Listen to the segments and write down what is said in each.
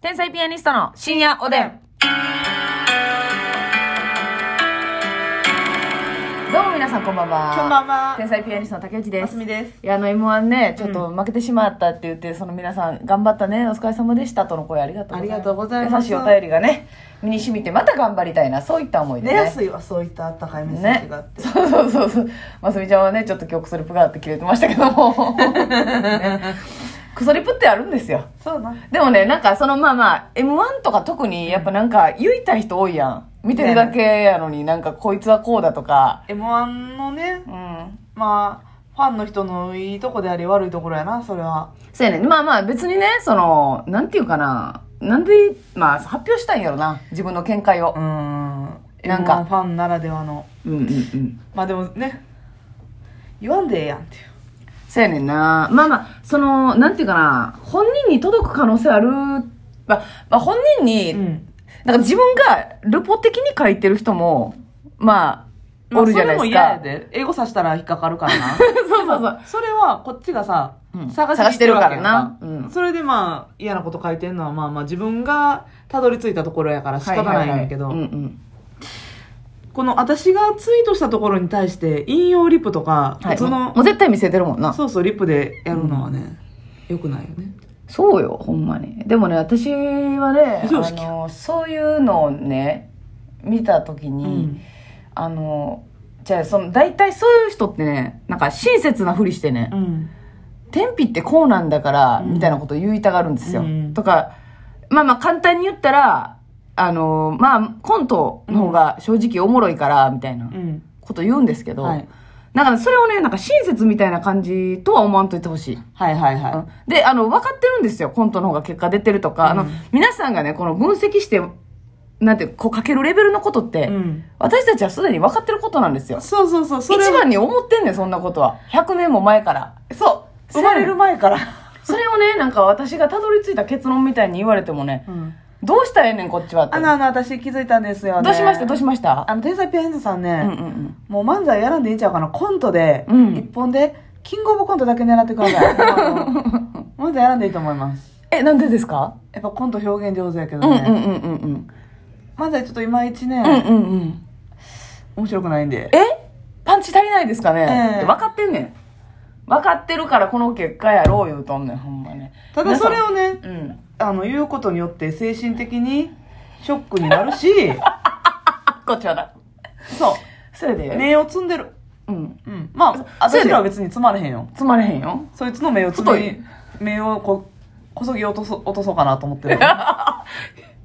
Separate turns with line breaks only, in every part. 天才ピアニストの深夜おでん。どうも皆さんこんばんは。
こんばんは
天才ピアニストの竹内で。
ますすみです。
いや、あの M1 ね、ちょっと負けてしまったって言って、その皆さん、頑張ったね、お疲れ様でしたとの声ありがとうございます。
ありがとうございます
優しいお便りがね、身に染みて、また頑張りたいな、そういった思いで
寝
ね。
やすいわ、そういったあったかいメッセージ
ね
があっ、て。
そうそうそうそうますみちゃんはねちょっと今日クソリプがあって切れてましたけども、 ねクソリプってあるんですよ
そうな。
でもねなんかそのまあまあ m 1とか特にやっぱなんか言いたい人多いやん見てるだけやのになんかこいつはこうだとか
M1 のね、
うん
まあ、ファンの人のいいとこであり悪いところやな、それは。
そうやねまあまあ別にねそのなんていうかななんでまあ発表したいんやろな自分の見解を
う、ん。
な
なんん
か
か。ファンならではの。
うん、うんうん
まあでもね、言わんでええやんっていう。
そうやねんな。まあまあ、その、なんていうかな、本人に届く可能性ある、まあ、まあ、本人に、
ん。
なんか自分がルポ的に書いてる人も、まあ、
ま
お
あ、
る
そ
じゃ
れ
ない
も
です
嫌や
か。
で。英語さしたら引っかかるからな。
そうそうそう。
それは、こっちがさ、
うん
探してるわけ
探してるから
やん
なうん
それでまあ、嫌なこと書いてんのは、まあまあ自分がたどり着いたところやから仕方ないんやけど。
はいはいはいうん
この私がツイートしたところに対して引用リップとか、
うん。はい。
普通
も
の
うもう絶対見せてるもんな。
そうそうリップでやるのはね、よくないよね
そうよ、ほんまに。でもね、私はね、
非常識
あの、そういうのをね、見たときに、
うん
あの、じゃあ、その、大体そういう人ってね、なんか親切なふりしてね、
うん
天日ってこうなんだから、みたいなことを言いたがるんですよ。
うん
とか、まあまあ簡単に言ったら、あのーまあコントの方が正直おもろいから、みたいな
うん
こと言うんですけど、
はい
だからそれをね、なんか親切みたいな感じとは思わんといてほしい。
はいはいはい、
うんで、あの、分かってるんですよ。コントの方が結果出てるとか、あ
う
の
ん、
皆さんがね、この分析して、なんて、こうかけるレベルのことって、
うん
私たちはすでに分かってることなんですよ。
そうそうそうそ
一
れは
番に思ってんねん、そんなことは。100年も前から。そう。
生まれる前から、
それをね、なんか私がたどり着いた結論みたいに言われてもね、どうしたらええねん、こっちはって。
あのあの私気づいたんですよね
どうしましたどうしました
あの天才ピアニストさ
う
ん
んう
ね、
ん
もう漫才やらんでいいんちゃうかなコントで、
うん
一本でキングオブコントだけ狙ってください あの漫才やらんでいいと思います
え、なんでですか
やっぱコント表現上手やけど
う
ね、
んうんうんうんうん。
漫才ちょっといまいちね、
うんうんうん。
面白くないんで
えパンチ足りないですかね
ええ
分かってんねん。分かってるからこの結果やろう言うとんねん、ほんまね。
ただそれをね
皆さん、うん。
あの言うことによって精神的にショックになるし
あ、こっちはだ。
そ
それで。
う名を積んでる
うん。
うんまあ
そうや
私
で
らは別に積まれへんよ
つまれへんよ。
そいつの名を積
太い
み名をここそぎ落とそ落とそうかなと思 ってる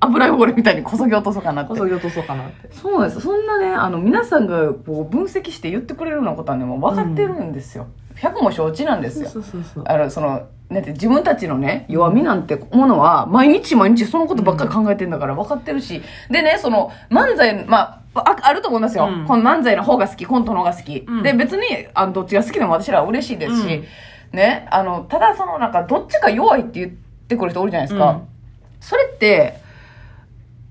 油汚れみたいにこそぎ落とそうかなって
こ。そぎ落とそうかなって
そうなんです。そんなね、あの、皆さんがこう分析して言ってくれるようなことはね、もう分かってるんですよ。100も承知なんですよ。
うそうそう
あの、その、なんて自分たちのね、弱みなんてものは、毎日毎日そのことばっかり考えてんだから分かってるし、でね、その、漫才、まあ、ああると思いますよ、
うん
この漫才の方が好き、コントの方が好き。
うん
で、別に、あの、どっちが好きでも私らは嬉しいですし、
うん
ね、あの、ただその、なんか、どっちか弱いって言ってくる人おるじゃないですか。
うん
それって、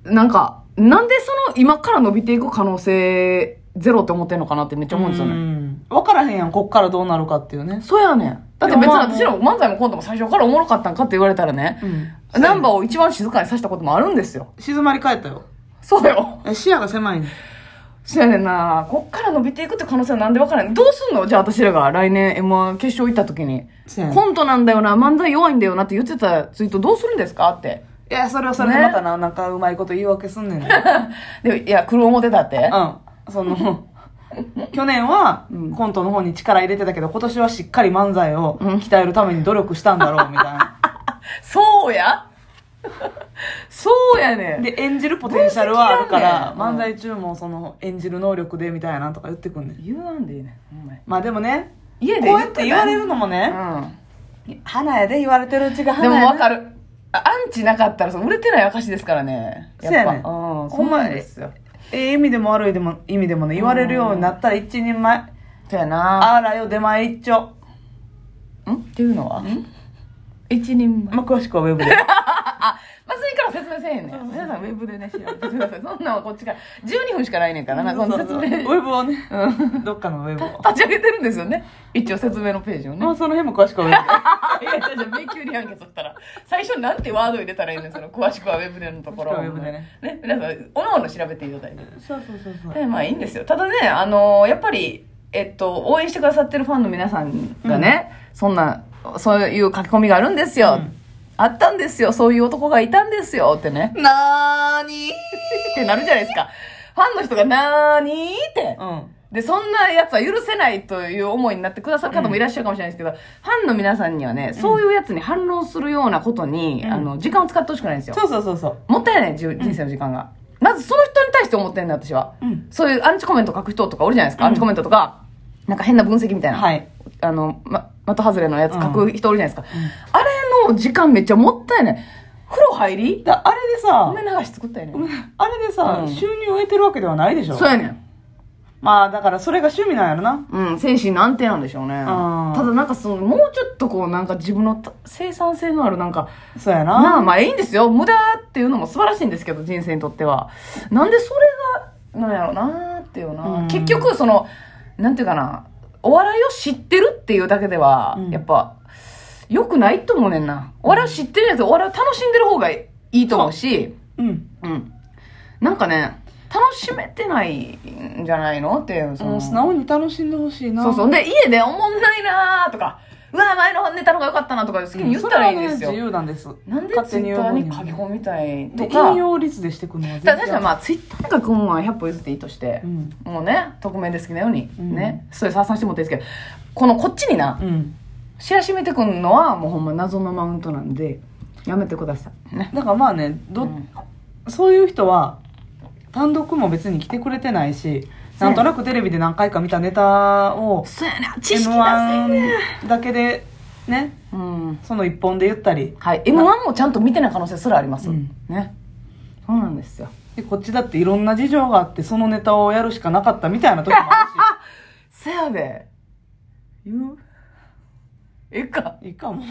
なんか、なんでその今から伸びていく可能性ゼロって思ってんのかなってめっちゃ思うんですよね。
分からへんやんこっからどうなるかっていうね
そうやねん。だって別
いや
に
まあ
私らも漫才もコントも最初からおもろかったんかって言われたらね、
うん
ナンバーを一番静かにさしたこともあるんですよ。
静まり返ったよ
そうよ。
え視野が狭いね
そうやねんな。こっから伸びていくって可能性はなんでわからないどうすんのじゃあ私らが来年 M1 決勝行った時に。
そうやね
コントなんだよな、漫才弱いんだよなって言ってたツイートどうするんですかって。
いやそれはそれでまたな、なんかうまいこと言い訳すんねんね
で、いや、黒表だって。
うん。その、去年は
うん
コントの方に力入れてたけど、今年はしっかり漫才を鍛えるために努力したんだろう、み たいな。
そうや そうやねん。
で、演じるポテンシャルはあるから、
分析やんね
漫才中もその、演じる能力で、みたいなとか言ってくんねん。
言わんでいいねんお前
まあでもね、
家で
こうやって言われるのも
う
ね、
ん
花やで言われてるうちが
で
花
も
や
わか
る。
るあアンチなかったらそう売れてない証ですからねやっぱ
そうやねん
うんそ
ほ
うん
ま
なん
に
ですよ
ええ意味でも悪いでも意味でもね、言われるようになったら一人前。
そうやな
あらよ、出前一丁。
んっていうのは一人前
まあ詳しくはウェブで。
あまあそれから説明せえへんねん皆さんウェェブでね、調べてくださ い。そんなんはこっちから。12分しかないねんからな、この説
ウ
明。
ェブをね、
うん
どっかのウェブを。
立ち上げてるんですよね。一応説明のページをね
ま。あ、その辺も詳しくはウェブ
いや、じゃあ迷宮入りやんけ、そしたら。最初なんてワード入れたらいいのその、詳しくはウェブでのところ。
詳しくはウェブでね。
ね、皆さん、おのおの調べていただいて。
で。そうそうそうそう。
えまあいいんですよ。ただね、あのやっぱり、えっと、応援してくださってるファンの皆さんがね、そんな、そういう書き込みがあるんですよ。
うん
あったんですよ。そういう男がいたんですよ。って ね。
なーに
ってなるじゃないですか。ファンの人がなーにーって。
うん。
で、そんなやつは許せないという思いになってくださる方もいらっしゃるかもしれないですけど、ファンの皆さんにはね、そういうやつに反論するようなことに、
うん
あの、時間を使ってほしくないんですよ。
そうそうそうそう。
もったいない、じゅ人生の時間が。まずその人に対して思ってんだ、私は。
うん。
そういうアンチコメント書く人とかおるじゃないですか、
うん
アンチコメントとか、なんか変な分析みたいな、
はい。
あの、ま、的外れのやつ書く人おるじゃないですか。
ん
あれの時間めっちゃもったいない。風呂入り
だあれでさ、
梅流し作ったよね。
あれでさ、
うん
収入を得てるわけではないでしょ
そうやねん。
まあだからそれが趣味なんやろな。
うん、精神の安定なんでしょうね。た
あー
だなんかその、もうちょっとこうなんか自分のた生産性のあるなんか、
そうやな。
なあまあいいんですよ。無駄っていうのも素晴らしいんですけど、人生にとっては。なんでそれが、なんやろうなーっていう
う
な。
ん
結局、その、なんていうかな、お笑いを知ってるっていうだけでは、
うん
やっぱ、良くないと思うねんな。お笑いを知ってるやつ、お笑いを楽しんでる方がいいと思うし、
うん。
うん。なんかね、楽しめてないんじゃないのっていう、そ
も
の、
う素直に楽しんでほしいな。
そうそう。で、家でおもんないなーとか、うわ、前のネタの方が良かったなとか好き
うん。
に言ったらいいんです
それ
よ。
はね自由なんです。
なんで
勝
ツ
手
イッ
に呼
ター
ぶ
に
に
書き込みたいと
で、
か
引。用率でしてくのは全
た
然
だ確かにまあツイッターがくんは100歩譲っていいとして
う、ん。
もうね、匿名で好きなように、
うん
ね、それさ散してもらっていいですけど、このこっちにな
う、ん。
知らしめてくんのはもうほんま謎のマウントなんで、やめてください。ね。
だからまあね、ど、
うん
そういう人は、単独も別に来てくれてないし、なんとなくテレビで何回か見たネタを、
そうやな、知識出せやね。
M1 だけで、ね、
うん。
その一本で言ったり、
はい。M1 もちゃんと見てない可能性すらあります。
うん
ね。そうなんですよ。
でこっちだっていろんな事情があってそのネタをやるしかなかったみたいな時もあ
せやで。
るし言う
ええか。
い いかも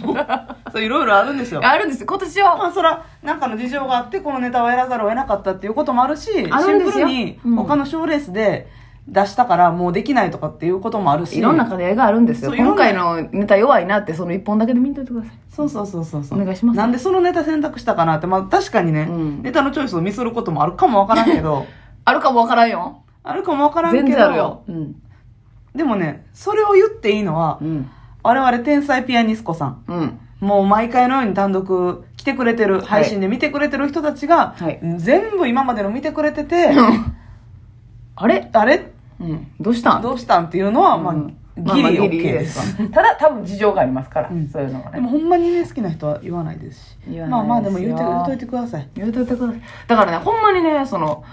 そういろいろあるんですよ
あるんですよ。今年は
まあそらなんかの事情があってこのネタをやらざるを得なかったっていうこともあるし
あるんですよ
シンプル
うん
に他の賞レースで出したからもうできないとかっていうこともあるし
いろんな課題があるんですよ。
そうい
今
ろんな
回のネタ弱いなって、その一本だけで見といてください。
そうそうそうそうそう
お願いします
なんでそのネタ選択したかなってまあ確かにね、
うん
ネタのチョイスをミスることもあるかもわからんけ ど
あるかもわからんよ。
あるかもわからんけど
全然あるよ。うん。
でもねそれを言っていいのは
うん。
我々天才ピアニスコさん
うん。
もう毎回のように単独来てくれてる、配信で見てくれてる人たちが、
はい
全部今までの見てくれてて、
あれ
あれ
うん。どうしたん
どうしたんっていうのは、まあ、ギリ OK です。
ただ、多分事情がありますから、
うん
そういうのが
で
ね。
もほんまにね、好きな人は言わないですし。
言わないですよ
まあまあ、でも言うて、言うといてください。
言うといてください。だからね、ほんまにね、その、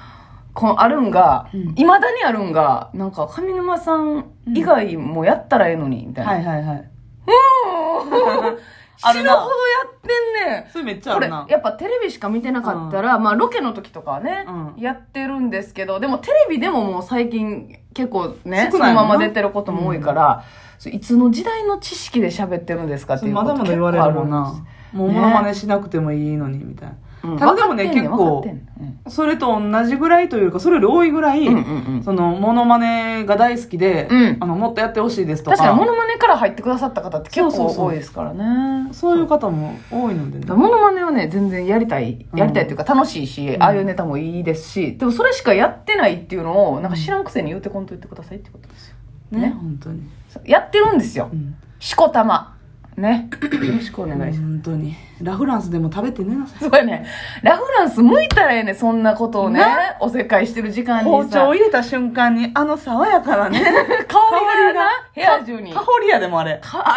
このあるんが、
うん
いまだにあるんが、なんか、上沼さん以外もやったらええのに、みたいな。
はいはいはい。
うん
あ
死
る
ぬ
な
ほどやってんねん。
それめっちゃあ
こ
る
れ
な。
やっぱテレビしか見てなかったら、まあロケの時とかはね、
うん
やってるんですけどでもテレビでももう最近結構ね
少
そ
ないもんな
のまま出てることも多いから、そういつの時代の知識で喋ってるんですかっていうこ
ま
と
だまだ言われるもんな。もう
ね
モノマネしなくてもいいのに、みたいな。
結構あるんです、うん、
ただでもね、結
分かっ
構
て、んねん分かってんねん
それと同じぐらいというか、それより多いぐらい、
うんうんうん
その、モノマネが大好きで、
うん
あの、もっとやってほしいですとか。
確かにモノマネから入ってくださった方って結
そうそうそ
構
う
多いですからね
そういう方も多いので
だか
ね
ら。モノマネはね、全然やりたい、
うん
やりたいというか楽しいし、
ん
ああいうネタもいいですし、でもそれしかやってないっていうのを、なんか知らんくせに言うてこんと言ってくださいってことですよ。
ね、
ね。
本当に。
やってるんですよ
う。ん。
しこたま。ね。よろしくお願いしま
本当に。ラフランスでも食べて寝なさい。
す。そうやね。ラフランス向いたらええねんそんなことをね
な。
おせっかいしてる時間にさ。
包丁を入れた瞬間に、あの爽やかなね、
香りがな、部屋中に。
香
か、
りやでもあれ。
え香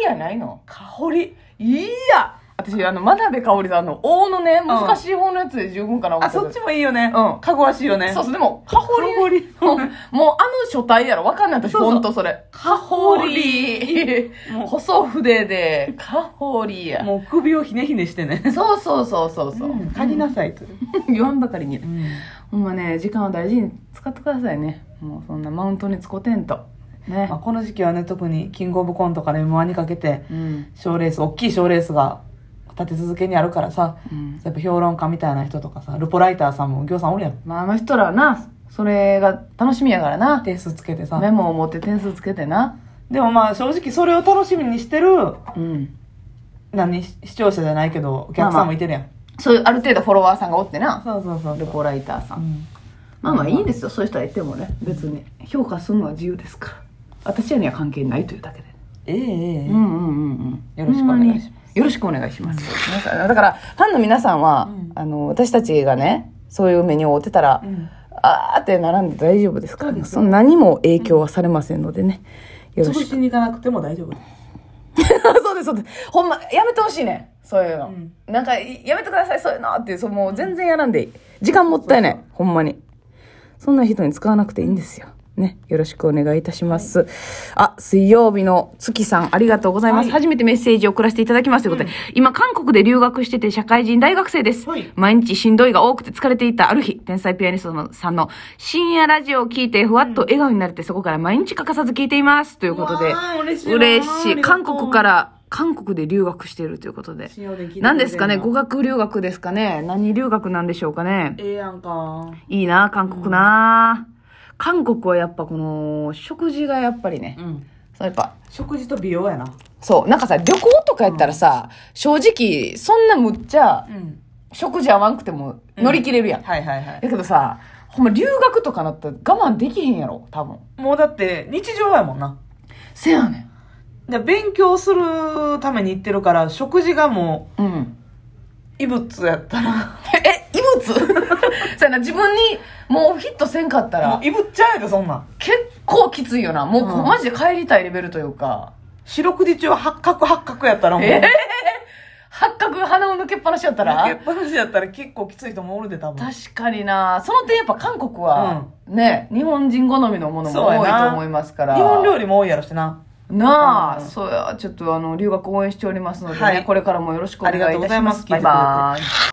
りやないの
香り。
いや私、あの、真鍋かおりさんの、王のね、難しい方のやつで十分かな思
あ、
ってた
そっちもいいよね。
うん
かごわしいよね。
そうそう、でも、カホリ。
香り
うんもう、あの書体やろ、わかんない私、
そうそう
ほんとそれ。カホリ。
もう
細筆で、カホリや。
もう首をひねひねしてね。
そうそうそうそうそう。
嗅ぎなさいと。
言わんばかりに
う。ん
ほんまね、時間は大事に使ってくださいね。もうそんなマウントにつこてんと。ね
まあ、。この時期はね、特にキングオブコントから M1 にかけて、
うん。
賞レース、大きい賞レースが立て続けにあるからさ、
うん
やっぱ評論家みたいな人とかさルポライターさんも右京さんおるやん
まあ、あの人らはな、それが楽しみやからな。
点数つけてさ
メモを持って点数つけてな。
でもまあ正直それを楽しみにしてる
うん。
何視聴者じゃないけどお客さんもいてるやん、
そういう、ある程度フォロワーさんがおってな。
そうそうそ
レ
う、
ポライターさ。
うんん、
まあまあいいんですよ。そういう人はいてもね。別に。評価するのは自由ですから。私らには関係ないというだけで。
ええええ
うんうんうんうん。
よろしくお願いし
ます。よろしくお願いします。なんかだから、ファンの皆さんは、
うん
あの、私たちがね、そういう目に遭ってたら、
うん
あーって並んで大丈夫ですから、
そうですよ
その何も影響はされませんのでね。よろ
潰
しく。
しに行かなくても大丈夫
そうです、そうです。ほんま、やめてほしいねんそういうの。
うん
なんか、いやめてください、そういうのっていう、そうもう全然やらんでいい。時間もったいない、ほんまに。そんな人に使わなくていいんですよ。ね、よろしくお願いいたします。あ、水曜日の月さん、ありがとうございます。
はい
初めてメッセージを送らせていただきますということで、今、韓国で留学してて社会人大学生です。
はい
毎日しんどいが多くて疲れていたある日、天才ピアニストのさんの深夜ラジオを聞いて、ふわっと笑顔になれて、そこから毎日欠かさず聞いています。ということで
うわー、嬉しいなー
嬉
あ
し
り
い。
がとう
韓国から、韓国で留学しているということで。
信用できる
何ですかね語
え
学留学ですかね何留学なんでしょうかね
えやんか
いいな、韓国な。韓国はやっぱこの、食事がやっぱりね
う。ん
そうやっぱ、
食事と美容やな
そう、なんかさ、旅行とかやったらさ、正直、そんなむっちゃ
う、ん
食事合わんくても乗り切れるやん。
はいはいは
だ
い
けどさ、ほんま留学とかなったら我慢できへんやろ、多分。
もうだって日常やもんな
せやね
で勉強するために行ってるから食事がも
ん。うん。
う異物やったら
え、異物 そうやな、自分にもうヒットせんかった
も
ら
う、異物ちゃうやでそんなん
結構きついよな。もう、
うん
マジで帰りたいレベルというか、
四六時中八角八角やったらもう
え八角鼻を抜けっぱなしやった
抜け
ら
っぱなしやったら結構きつい人もおるで多分
確かになその点やっぱ韓国は、ね、日本人好みのものも
そうや
多い
な
と思いますから。
日本料
理
理も多いやろしな
なあ、
うん
そうや、ちょっとあの、留学応援しておりますのでね、
はい
これからもよろしくお願いいたします。
ありがとうございます
バイバーイ。